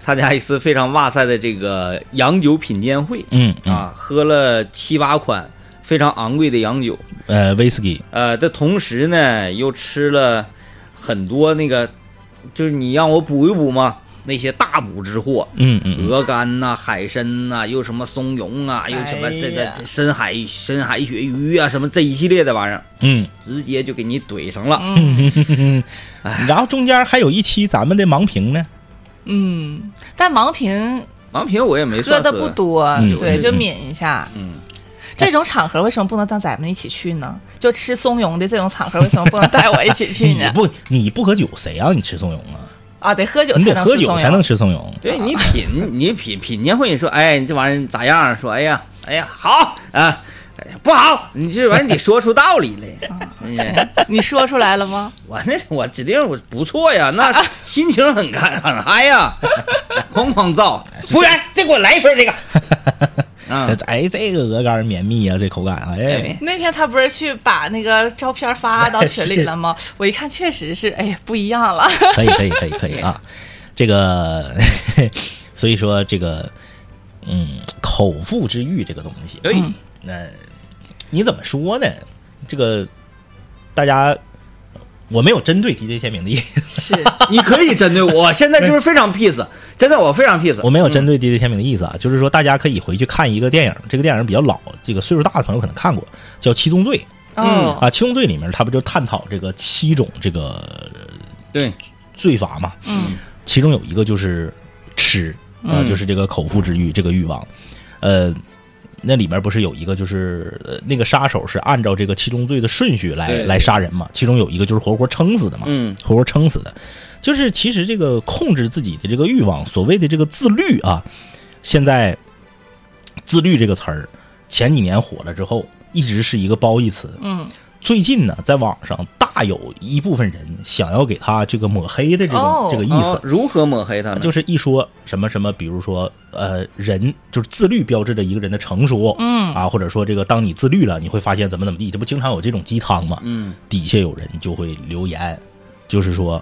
S1: 参加一次非常哇塞的这个洋酒品鉴会
S3: 嗯啊
S1: 啊，喝了七八款非常昂贵的洋酒，
S3: 呃威士忌，
S1: 呃的同时呢，又吃了很多那个，就是你让我补一补嘛，那些大补之货，
S3: 嗯嗯嗯，
S1: 鹅肝呐、海参呐、又什么松茸啊，又什么这
S4: 哎
S1: 个
S4: 呀
S1: 这深海深海鳕鱼啊，什么这一系列的玩意儿，
S3: 嗯，
S1: 直接就给你怼上了。
S4: 哎
S3: 然后中间还有一期咱们的盲评呢，
S4: 嗯，但盲评
S1: 王平我也没
S4: 喝
S1: 算
S4: 的不多
S3: 嗯，
S4: 对，
S3: 嗯
S4: 就
S3: 嗯
S4: 抿一下。
S1: 嗯，
S4: 这种场合为什么不能当咱们一起去呢？就吃松茸的这种场合，为什么不能带我一起去
S3: 你
S4: 呢？
S3: 不你不喝酒，谁让你吃松茸啊？
S4: 啊，得喝酒
S3: 你
S4: 才
S3: 得
S4: 能
S3: 喝
S4: 吃
S3: 酒
S4: 松
S3: 才能
S4: 茸。
S3: 吃松茸。
S1: 对你品，你品品鉴会，你说，哎，你这玩意儿咋样？说，哎呀，哎呀，好啊，哎呀，不好，你这玩意儿得说出道理来。嗯，
S4: 你说出来了吗？
S1: 我那我指定我不错呀，那心情很开很嗨呀，哐哐造，服务员，再给我来一份这个。嗯，
S3: 哎，这个鹅肝绵密啊，这口感啊，哎
S1: 哎，
S4: 那天他不是去把那个照片发到群里了吗？我一看，确实是，哎，不一样 了。
S3: 可以，可以，可以，可以 啊。这个，所以说这个，嗯，口腹之欲这个东西，
S1: 哎，
S3: 那你怎么说呢？这个大家，我没有针对 DJ 天明的意思，
S4: 是，
S1: 你可以针对我，我现在就是非常 peace，真的我非常 peace。
S3: 我没有针对 DJ 天明的意思啊，就是说大家可以回去看一个电影，这个电影比较老，这个岁数大的朋友可能看过，叫《七宗罪》
S4: 哦，
S3: 啊，《七宗罪》里面他不就探讨这个七种这个
S1: 对，
S3: 罪罚嘛？
S4: 嗯，
S3: 其中有一个就是吃，啊、
S1: 嗯
S3: 就是这个口腹之欲，这个欲望，呃，那里面不是有一个就是、呃、那个杀手是按照这个七宗罪的顺序来
S1: 对对
S3: 来杀人嘛？其中有一个就是活活撑死的嘛，
S1: 嗯
S3: 活活撑死的，就是其实这个控制自己的这个欲望，所谓的这个自律啊，现在自律这个词儿。前几年火了之后，一直是一个褒义词。
S4: 嗯，
S3: 最近呢，在网上大有一部分人想要给他这个抹黑的这种、
S4: 哦
S3: 这个意
S1: 哦
S3: 思，
S1: 如何抹黑他们？
S3: 就是一说什么什么，比如说呃，人就是自律标志着一个人的成熟，
S4: 嗯
S3: 啊，或者说这个当你自律了，你会发现怎么怎么地，这不经常有这种鸡汤吗？
S1: 嗯，
S3: 底下有人就会留言，就是说，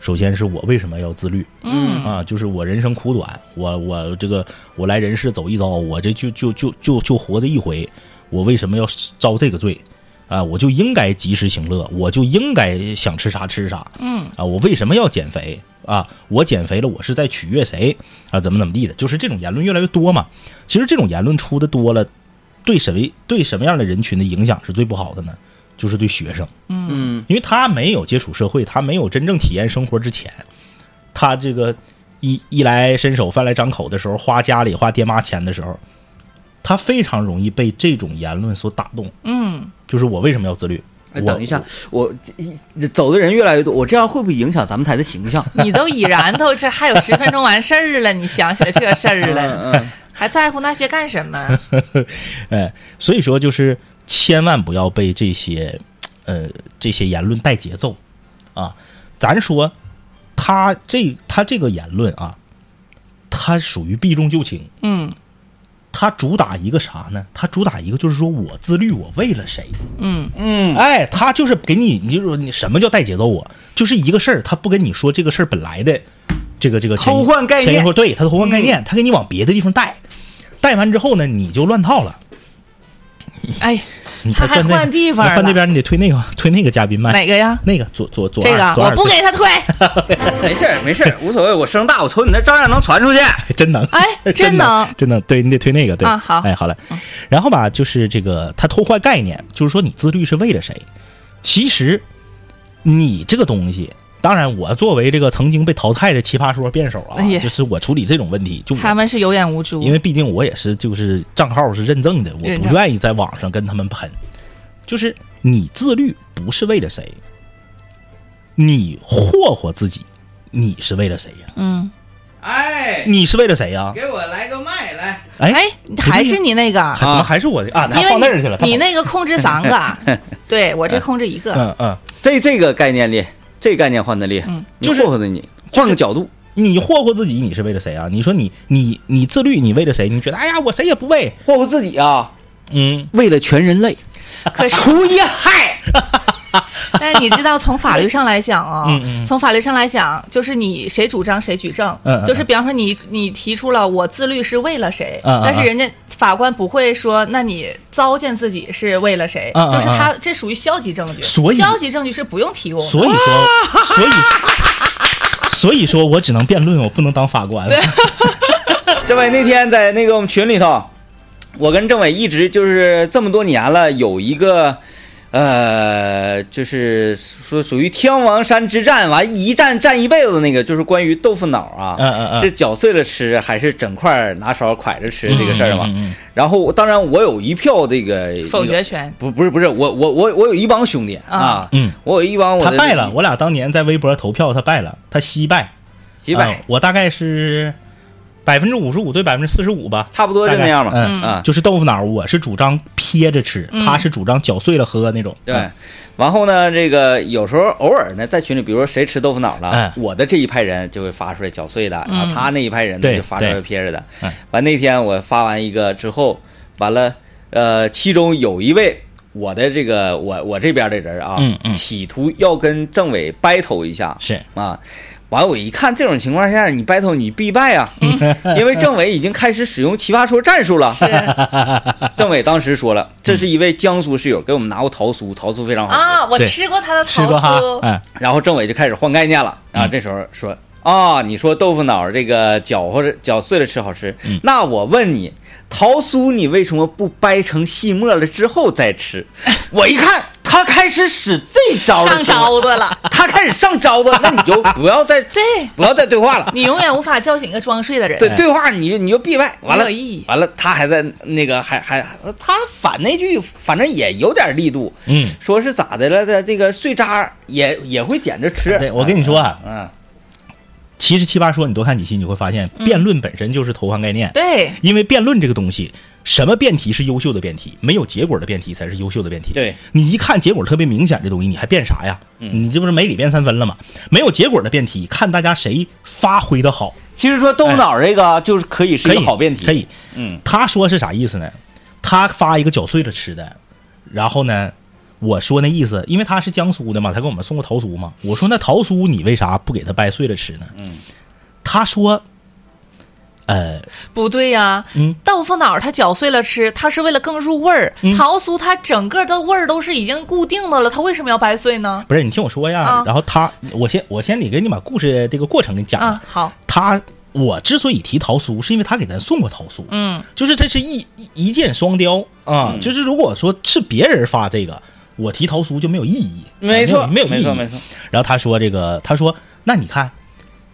S3: 首先是我为什么要自律？
S4: 嗯
S3: 啊，就是我人生苦短，我我这个我来人世走一遭，我这就就就就就活着一回，我为什么要遭这个罪？啊，我就应该及时行乐，我就应该想吃啥吃啥。
S4: 嗯，
S3: 啊，我为什么要减肥？啊，我减肥了，我是在取悦谁？啊，怎么怎么地的？就是这种言论越来越多嘛。其实这种言论出的多了，对谁对什么样的人群的影响是最不好的呢？就是对学生。
S1: 嗯，
S3: 因为他没有接触社会，他没有真正体验生活之前，他这个衣衣来伸手饭来张口的时候，花家里花爹妈钱的时候，他非常容易被这种言论所打动。
S4: 嗯，
S3: 就是我为什么要自律？
S1: 哎，
S3: 我
S1: 等一下，，我这走的人越来越多，我这样会不会影响咱们台的形象？
S3: 嗯
S4: 你都已然都这还有十分钟完事儿了，你想起来这事儿了，
S1: 嗯，
S4: 还在乎那些干什么？
S3: 哎，所以说就是千万不要被这些呃这些言论带节奏啊。咱说他这他这个言论啊，他属于避重就轻。
S4: 嗯
S3: 他主打一个啥呢？他主打一个就是说我自律，我为了谁？
S4: 嗯
S1: 嗯，
S3: 哎，他就是给你，你就说你什么叫带节奏啊？就是一个事儿，他不跟你说这个事儿本来的这个这个前因
S1: 偷换概念
S3: 前因后对他的偷换概念，他给你往别的地方带，带完之后呢，你就乱套了。
S4: 哎，
S3: 你
S4: 他还
S3: 站那
S4: 换地方
S3: 你换
S4: 了
S3: 那边你得推那个推那个嘉宾麦，
S4: 哪个呀？
S3: 那个左左左
S4: 这
S3: 耳
S4: 个
S3: 左
S4: 我
S3: 耳
S4: 不
S3: 最
S4: 给他退，
S1: 没事儿，没事儿，无所谓。我声大，我从你那照样能传出去。
S3: 真能，
S4: 哎
S3: 真
S4: 真能
S3: 真能，对你得推那个，对
S4: 啊好
S3: 哎，好嘞。然后吧，就是这个他偷换概念，就是说你自律是为了谁？其实你这个东西，当然我作为这个曾经被淘汰的奇葩说辩手啊
S4: 哎，呀
S3: 就是我处理这种问题，就我
S4: 他们是有眼无珠，
S3: 嗯因为毕竟我也是就是账号是认证的，我
S4: 认
S3: 不
S4: 证
S3: 愿意在网上跟他们喷。就是你自律不是为了谁，你霍霍自己，你是为了谁呀、
S4: 嗯，
S1: 哎，
S3: 你是为了谁呀、
S1: 给我来个麦来。
S3: 哎
S4: 哎，还是你那个，
S3: 还怎么还是我的啊？他
S4: 因
S3: 放那儿
S4: 为
S3: 去了。
S4: 你你
S3: 他
S4: 那个控制三 个，对我这控制一个，
S3: 放嗯嗯，
S1: 这这个概念厉，这个概念换的厉害，
S4: 嗯
S1: 就是霍霍的你，换个角度，
S3: 你霍霍自己，你是为了谁啊？你说你你你自律，你为了谁？你觉得哎呀，我谁也不为。
S1: 霍霍自己啊，
S3: 嗯，
S1: 为了全人类，
S4: 可是
S1: 除一害。
S4: 但是你知道，从法律上来讲啊、
S3: 嗯嗯
S4: 从法律上来讲，就是你谁主张谁举证，
S3: 嗯嗯嗯
S4: 就是比方说你你提出了我自律是为了谁，
S3: 嗯嗯嗯
S4: 但是人家法官不会说，那你糟践自己是为了谁，
S3: 嗯嗯嗯
S4: 就是他这属于消极证据，
S3: 所以
S4: 消极证据是不用提供的，
S3: 所以说，所以所以 说我只能辩论，我不能当法官。
S1: 政委那天在那个我们群里头，我跟政委一直就是这么多年了，有一个。呃，就是说属于天王山之战，完一战战一辈子那个，就是关于豆腐脑啊，
S3: 嗯嗯嗯
S1: 是搅碎了吃还是整块儿拿勺蒯着吃这个事儿嘛？
S3: 嗯嗯嗯
S1: 然后当然我有一票这个呃
S4: 否 决权，
S1: 不不是不是我我我我有一帮兄弟啊
S4: 啊，
S3: 嗯，
S1: 我有一帮我
S3: 他
S1: 的
S3: 败了，我俩当年在微博投票，他败了，他惜败，
S1: 几百、
S3: 啊我大概是百分之五十五对百分之四十五吧，
S1: 差不多就那样吧，
S3: 大概嗯
S1: 啊，
S3: 就是豆腐脑，我是主张撇着吃，
S4: 嗯
S3: 他是主张搅碎了喝那种。嗯
S1: 对。然后呢，这个有时候偶尔呢，在群里，比如说谁吃豆腐脑了，
S3: 嗯
S1: 我的这一派人就会发出来搅碎的，然后他那一派人呢
S3: 对
S1: 就发出来
S3: 对
S1: 撇着的
S3: 嗯。
S1: 完那天我发完一个之后，完了，呃，其中有一位我的这个我我这边的人啊，
S3: 嗯嗯
S1: 企图要跟政委 battle 一下，
S3: 是
S1: 啊。完，我一看这种情况下，你 battle 你必败啊，
S3: 嗯
S1: 因为政委已经开始使用奇葩说战术了。
S4: 是
S1: 政委当时说了，这是一位江苏室友给我们拿过桃酥，桃酥非常好吃。
S4: 啊，我
S3: 对
S4: 吃过他的
S3: 吃
S4: 桃
S3: 过哈
S4: 酥，，
S3: 嗯，
S1: 然后政委就开始换概念了啊，
S3: 嗯
S1: 这时候说啊，你说豆腐脑这个搅和着搅碎了吃好吃，那我问你，桃酥你为什么不掰成细末了之后再吃？我一看他开始使这招了
S4: 上，招
S1: 子，
S4: 子了，
S1: 他开始上招子，那你就不要再
S4: 对
S1: 不要再对话了。
S4: 你永远无法叫醒一个装睡的人，
S1: 对对话你就你就闭麦，完了
S4: 没有意义
S1: 完了，他还在那个还还他反那句，反正也有点力度，
S3: 嗯，
S1: 说是咋的了？他这个碎渣儿也也会捡着吃。
S3: 对我跟你说啊
S1: 嗯，
S3: 其实奇葩说你多看几期，你会发现
S4: 嗯
S3: 辩论本身就是投换概念。
S4: 对，
S3: 因为辩论这个东西，什么辩题是优秀的辩题？没有结果的辩题才是优秀的辩题。
S1: 对，嗯
S3: 你一看结果特别明显，这东西你还辩啥呀？你这不是没理辩三分了吗？没有结果的辩题，看大家谁发挥的好，
S1: 其实说动物脑这个啊就是可以是
S3: 可
S1: 一个
S3: 以
S1: 好辩题，
S3: 可以，
S1: 嗯，
S3: 他说是啥意思呢？他发一个搅碎了吃的，然后呢，我说那意思，因为他是江苏的嘛，他给我们送过桃酥嘛。我说那桃酥你为啥不给他掰碎了吃呢？嗯，他说，呃，
S4: 不对呀、
S3: 嗯
S4: 豆腐脑儿它搅碎了吃，它是为了更入味儿。桃酥它整个的味儿都是已经固定的了，它为什么要掰碎呢？
S3: 不是你听我说呀。
S4: 啊
S3: 然后他，我先我先得给你把故事这个过程给你讲了。
S4: 啊，好，
S3: 他我之所以提桃酥，是因为他给咱送过桃酥，
S4: 嗯，
S3: 就是这是一一一箭双雕啊、
S1: 嗯
S3: 就是如果说是别人发这个，我提桃酥就没有意义，
S1: 没错，
S3: 没有
S1: 没
S3: 没有意义，
S1: 错，没错。
S3: 然后他说这个，他说那你看，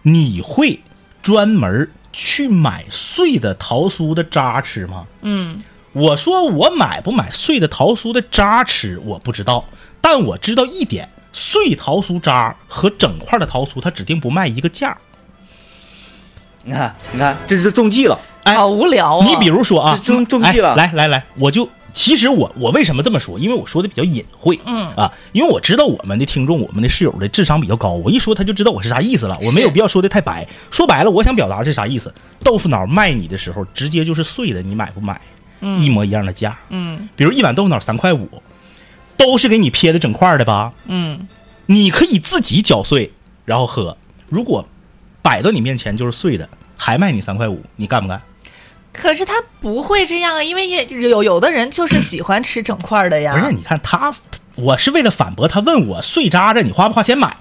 S3: 你会专门去买碎的桃酥的渣吃吗？嗯，我说我买不买碎的桃酥的渣吃我不知道，但我知道一点，碎桃酥渣和整块的桃酥它指定不卖一个价儿。
S1: 你看，你看，这是中计了。
S3: 哎
S4: 好无聊啊！
S3: 你比如说啊，
S1: 这中中计了
S3: 哎来来来，我就其实我我为什么这么说？因为我说的比较隐晦，嗯啊，因为我知道我们的听众、我们的室友的智商比较高，我一说他就知道我是啥意思了，我没有必要说的太白。说白了，我想表达是啥意思？豆腐脑卖你的时候，直接就是碎的，你买不买？一模一样的价，
S4: 嗯
S3: 比如一碗豆腐脑三块五，都是给你撇的整块的吧？
S4: 嗯，
S3: 你可以自己搅碎然后喝。如果摆到你面前就是碎的，还卖你三块五，你干不干？
S4: 可是他不会这样啊，因为也有有的人就是喜欢吃整块儿的呀。
S3: 不是，你看他，他我是为了反驳他问我碎渣子你花不花钱买？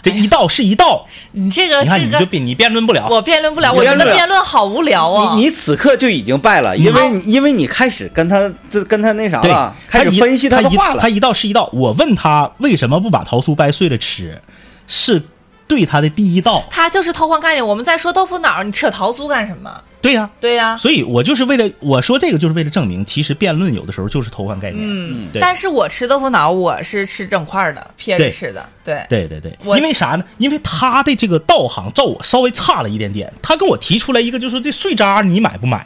S3: 这一道是一道，
S4: 你这个
S3: 你看
S4: 哎呃这
S3: 你就啊
S4: 个，
S3: 辩你辩论不了。
S4: 我辩论不了，
S1: 你
S4: 我觉
S1: 辩论
S4: 得
S1: 不了
S4: 辩论好无聊啊。
S1: 你你此刻就已经败了，因为你因为你开始跟他这跟他那啥
S3: 对
S1: 了，，啊开始
S3: 一
S1: 分析
S3: 他
S1: 的
S3: 一
S1: 话了
S3: 他。一道是一道。我问他为什么不把桃酥掰碎了吃，是对他的第一道。
S4: 他就是偷换概念。我们在说豆腐脑儿，你扯桃酥干什么？
S3: 对呀、
S4: 对呀、
S3: 所以我就是为了我说这个，就是为了证明，其实辩论有的时候就是偷换概念。嗯，对，
S4: 但是我吃豆腐脑儿，我是吃整块儿的，撇着
S3: 对
S4: 吃的。对，
S3: 对对对，
S4: 我
S3: 因为啥呢？因为他的这个道行照我稍微差了一点点，他跟我提出来一个，就说这碎渣你买不买？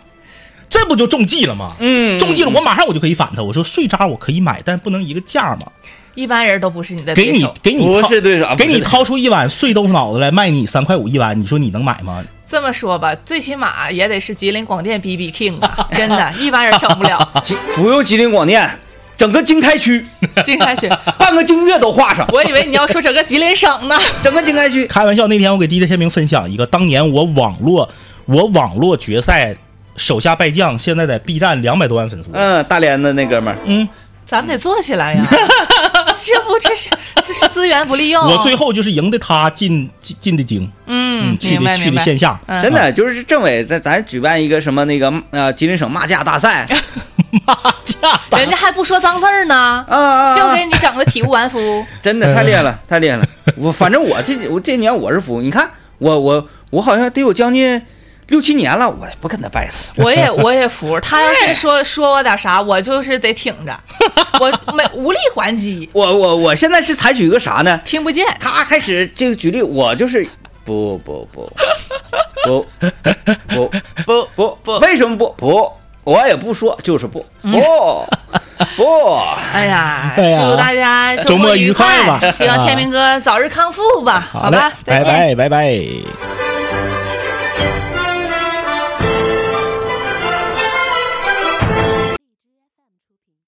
S3: 这不就中计了吗？
S1: 嗯
S3: 中计了，我马上我就可以反他，我说碎渣我可以买，但不能一个价嘛。
S4: 一般人都不是你的
S3: 给
S4: 对
S3: 你
S4: 手。
S3: 给
S1: 哎
S3: 你
S1: 不
S3: 掏
S1: 是对手啊
S3: 给
S1: 不
S3: 你
S1: 是
S3: 掏出一碗碎豆腐脑子来卖你三块五一碗，你说你能买吗？
S4: 这么说吧，最起码也得是吉林广电 B B King 啊，真的，一般人整不了。
S1: 吉不用吉林广电，整个经开 区，
S4: 经开始，
S1: 半个京粤都画上，
S4: 我以为你要说整个吉林省呢。
S1: 整个经开区。
S3: 开玩笑，那天我给 DJ 天明分享一个，当年我网络我网络决赛手下败将，现在在 B 站两百多万粉丝。
S1: 嗯，大连的那哥们儿，
S3: 嗯，
S4: 咱们得做 起来呀，这不这是这是资源不利用。
S3: 我最后就是赢得他进进进的京。
S4: 嗯
S3: 嗯，，去
S4: 明
S3: 的
S4: 白
S3: 去
S4: 明
S3: 的
S4: 白。
S3: 线下，
S4: 嗯
S1: 真的就是政委在咱举办一个什么那个呃吉林省骂架大 赛
S3: 骂架大
S4: 人家还不说脏字儿呢，
S1: 啊啊，啊
S4: 就给你整的体无 完肤。
S1: 真的太厉害了， 太厉害了！我反正我这我这年我是服，你看我我我好像得有将近六七年了，我也不跟他掰扯。
S4: 我也我也服，他要是说说我点啥，我就是得挺 着，我没无力还击，
S1: 我我我现在是采取一个啥呢？
S4: 听不见。
S1: 他开始这个举例，我就是不不不不不
S4: 不
S1: 不
S4: 不嗯
S1: 为什么不不？我也不说，就是不不不。
S4: 哎呀，
S3: 哎呀
S4: 祝大家
S3: 周末
S4: 末
S3: 愉
S4: 快
S3: 快吧
S4: 希望天明哥早日康复吧，
S3: 好嘞
S4: 吧，，再
S3: 拜
S4: 见。
S3: 拜拜拜。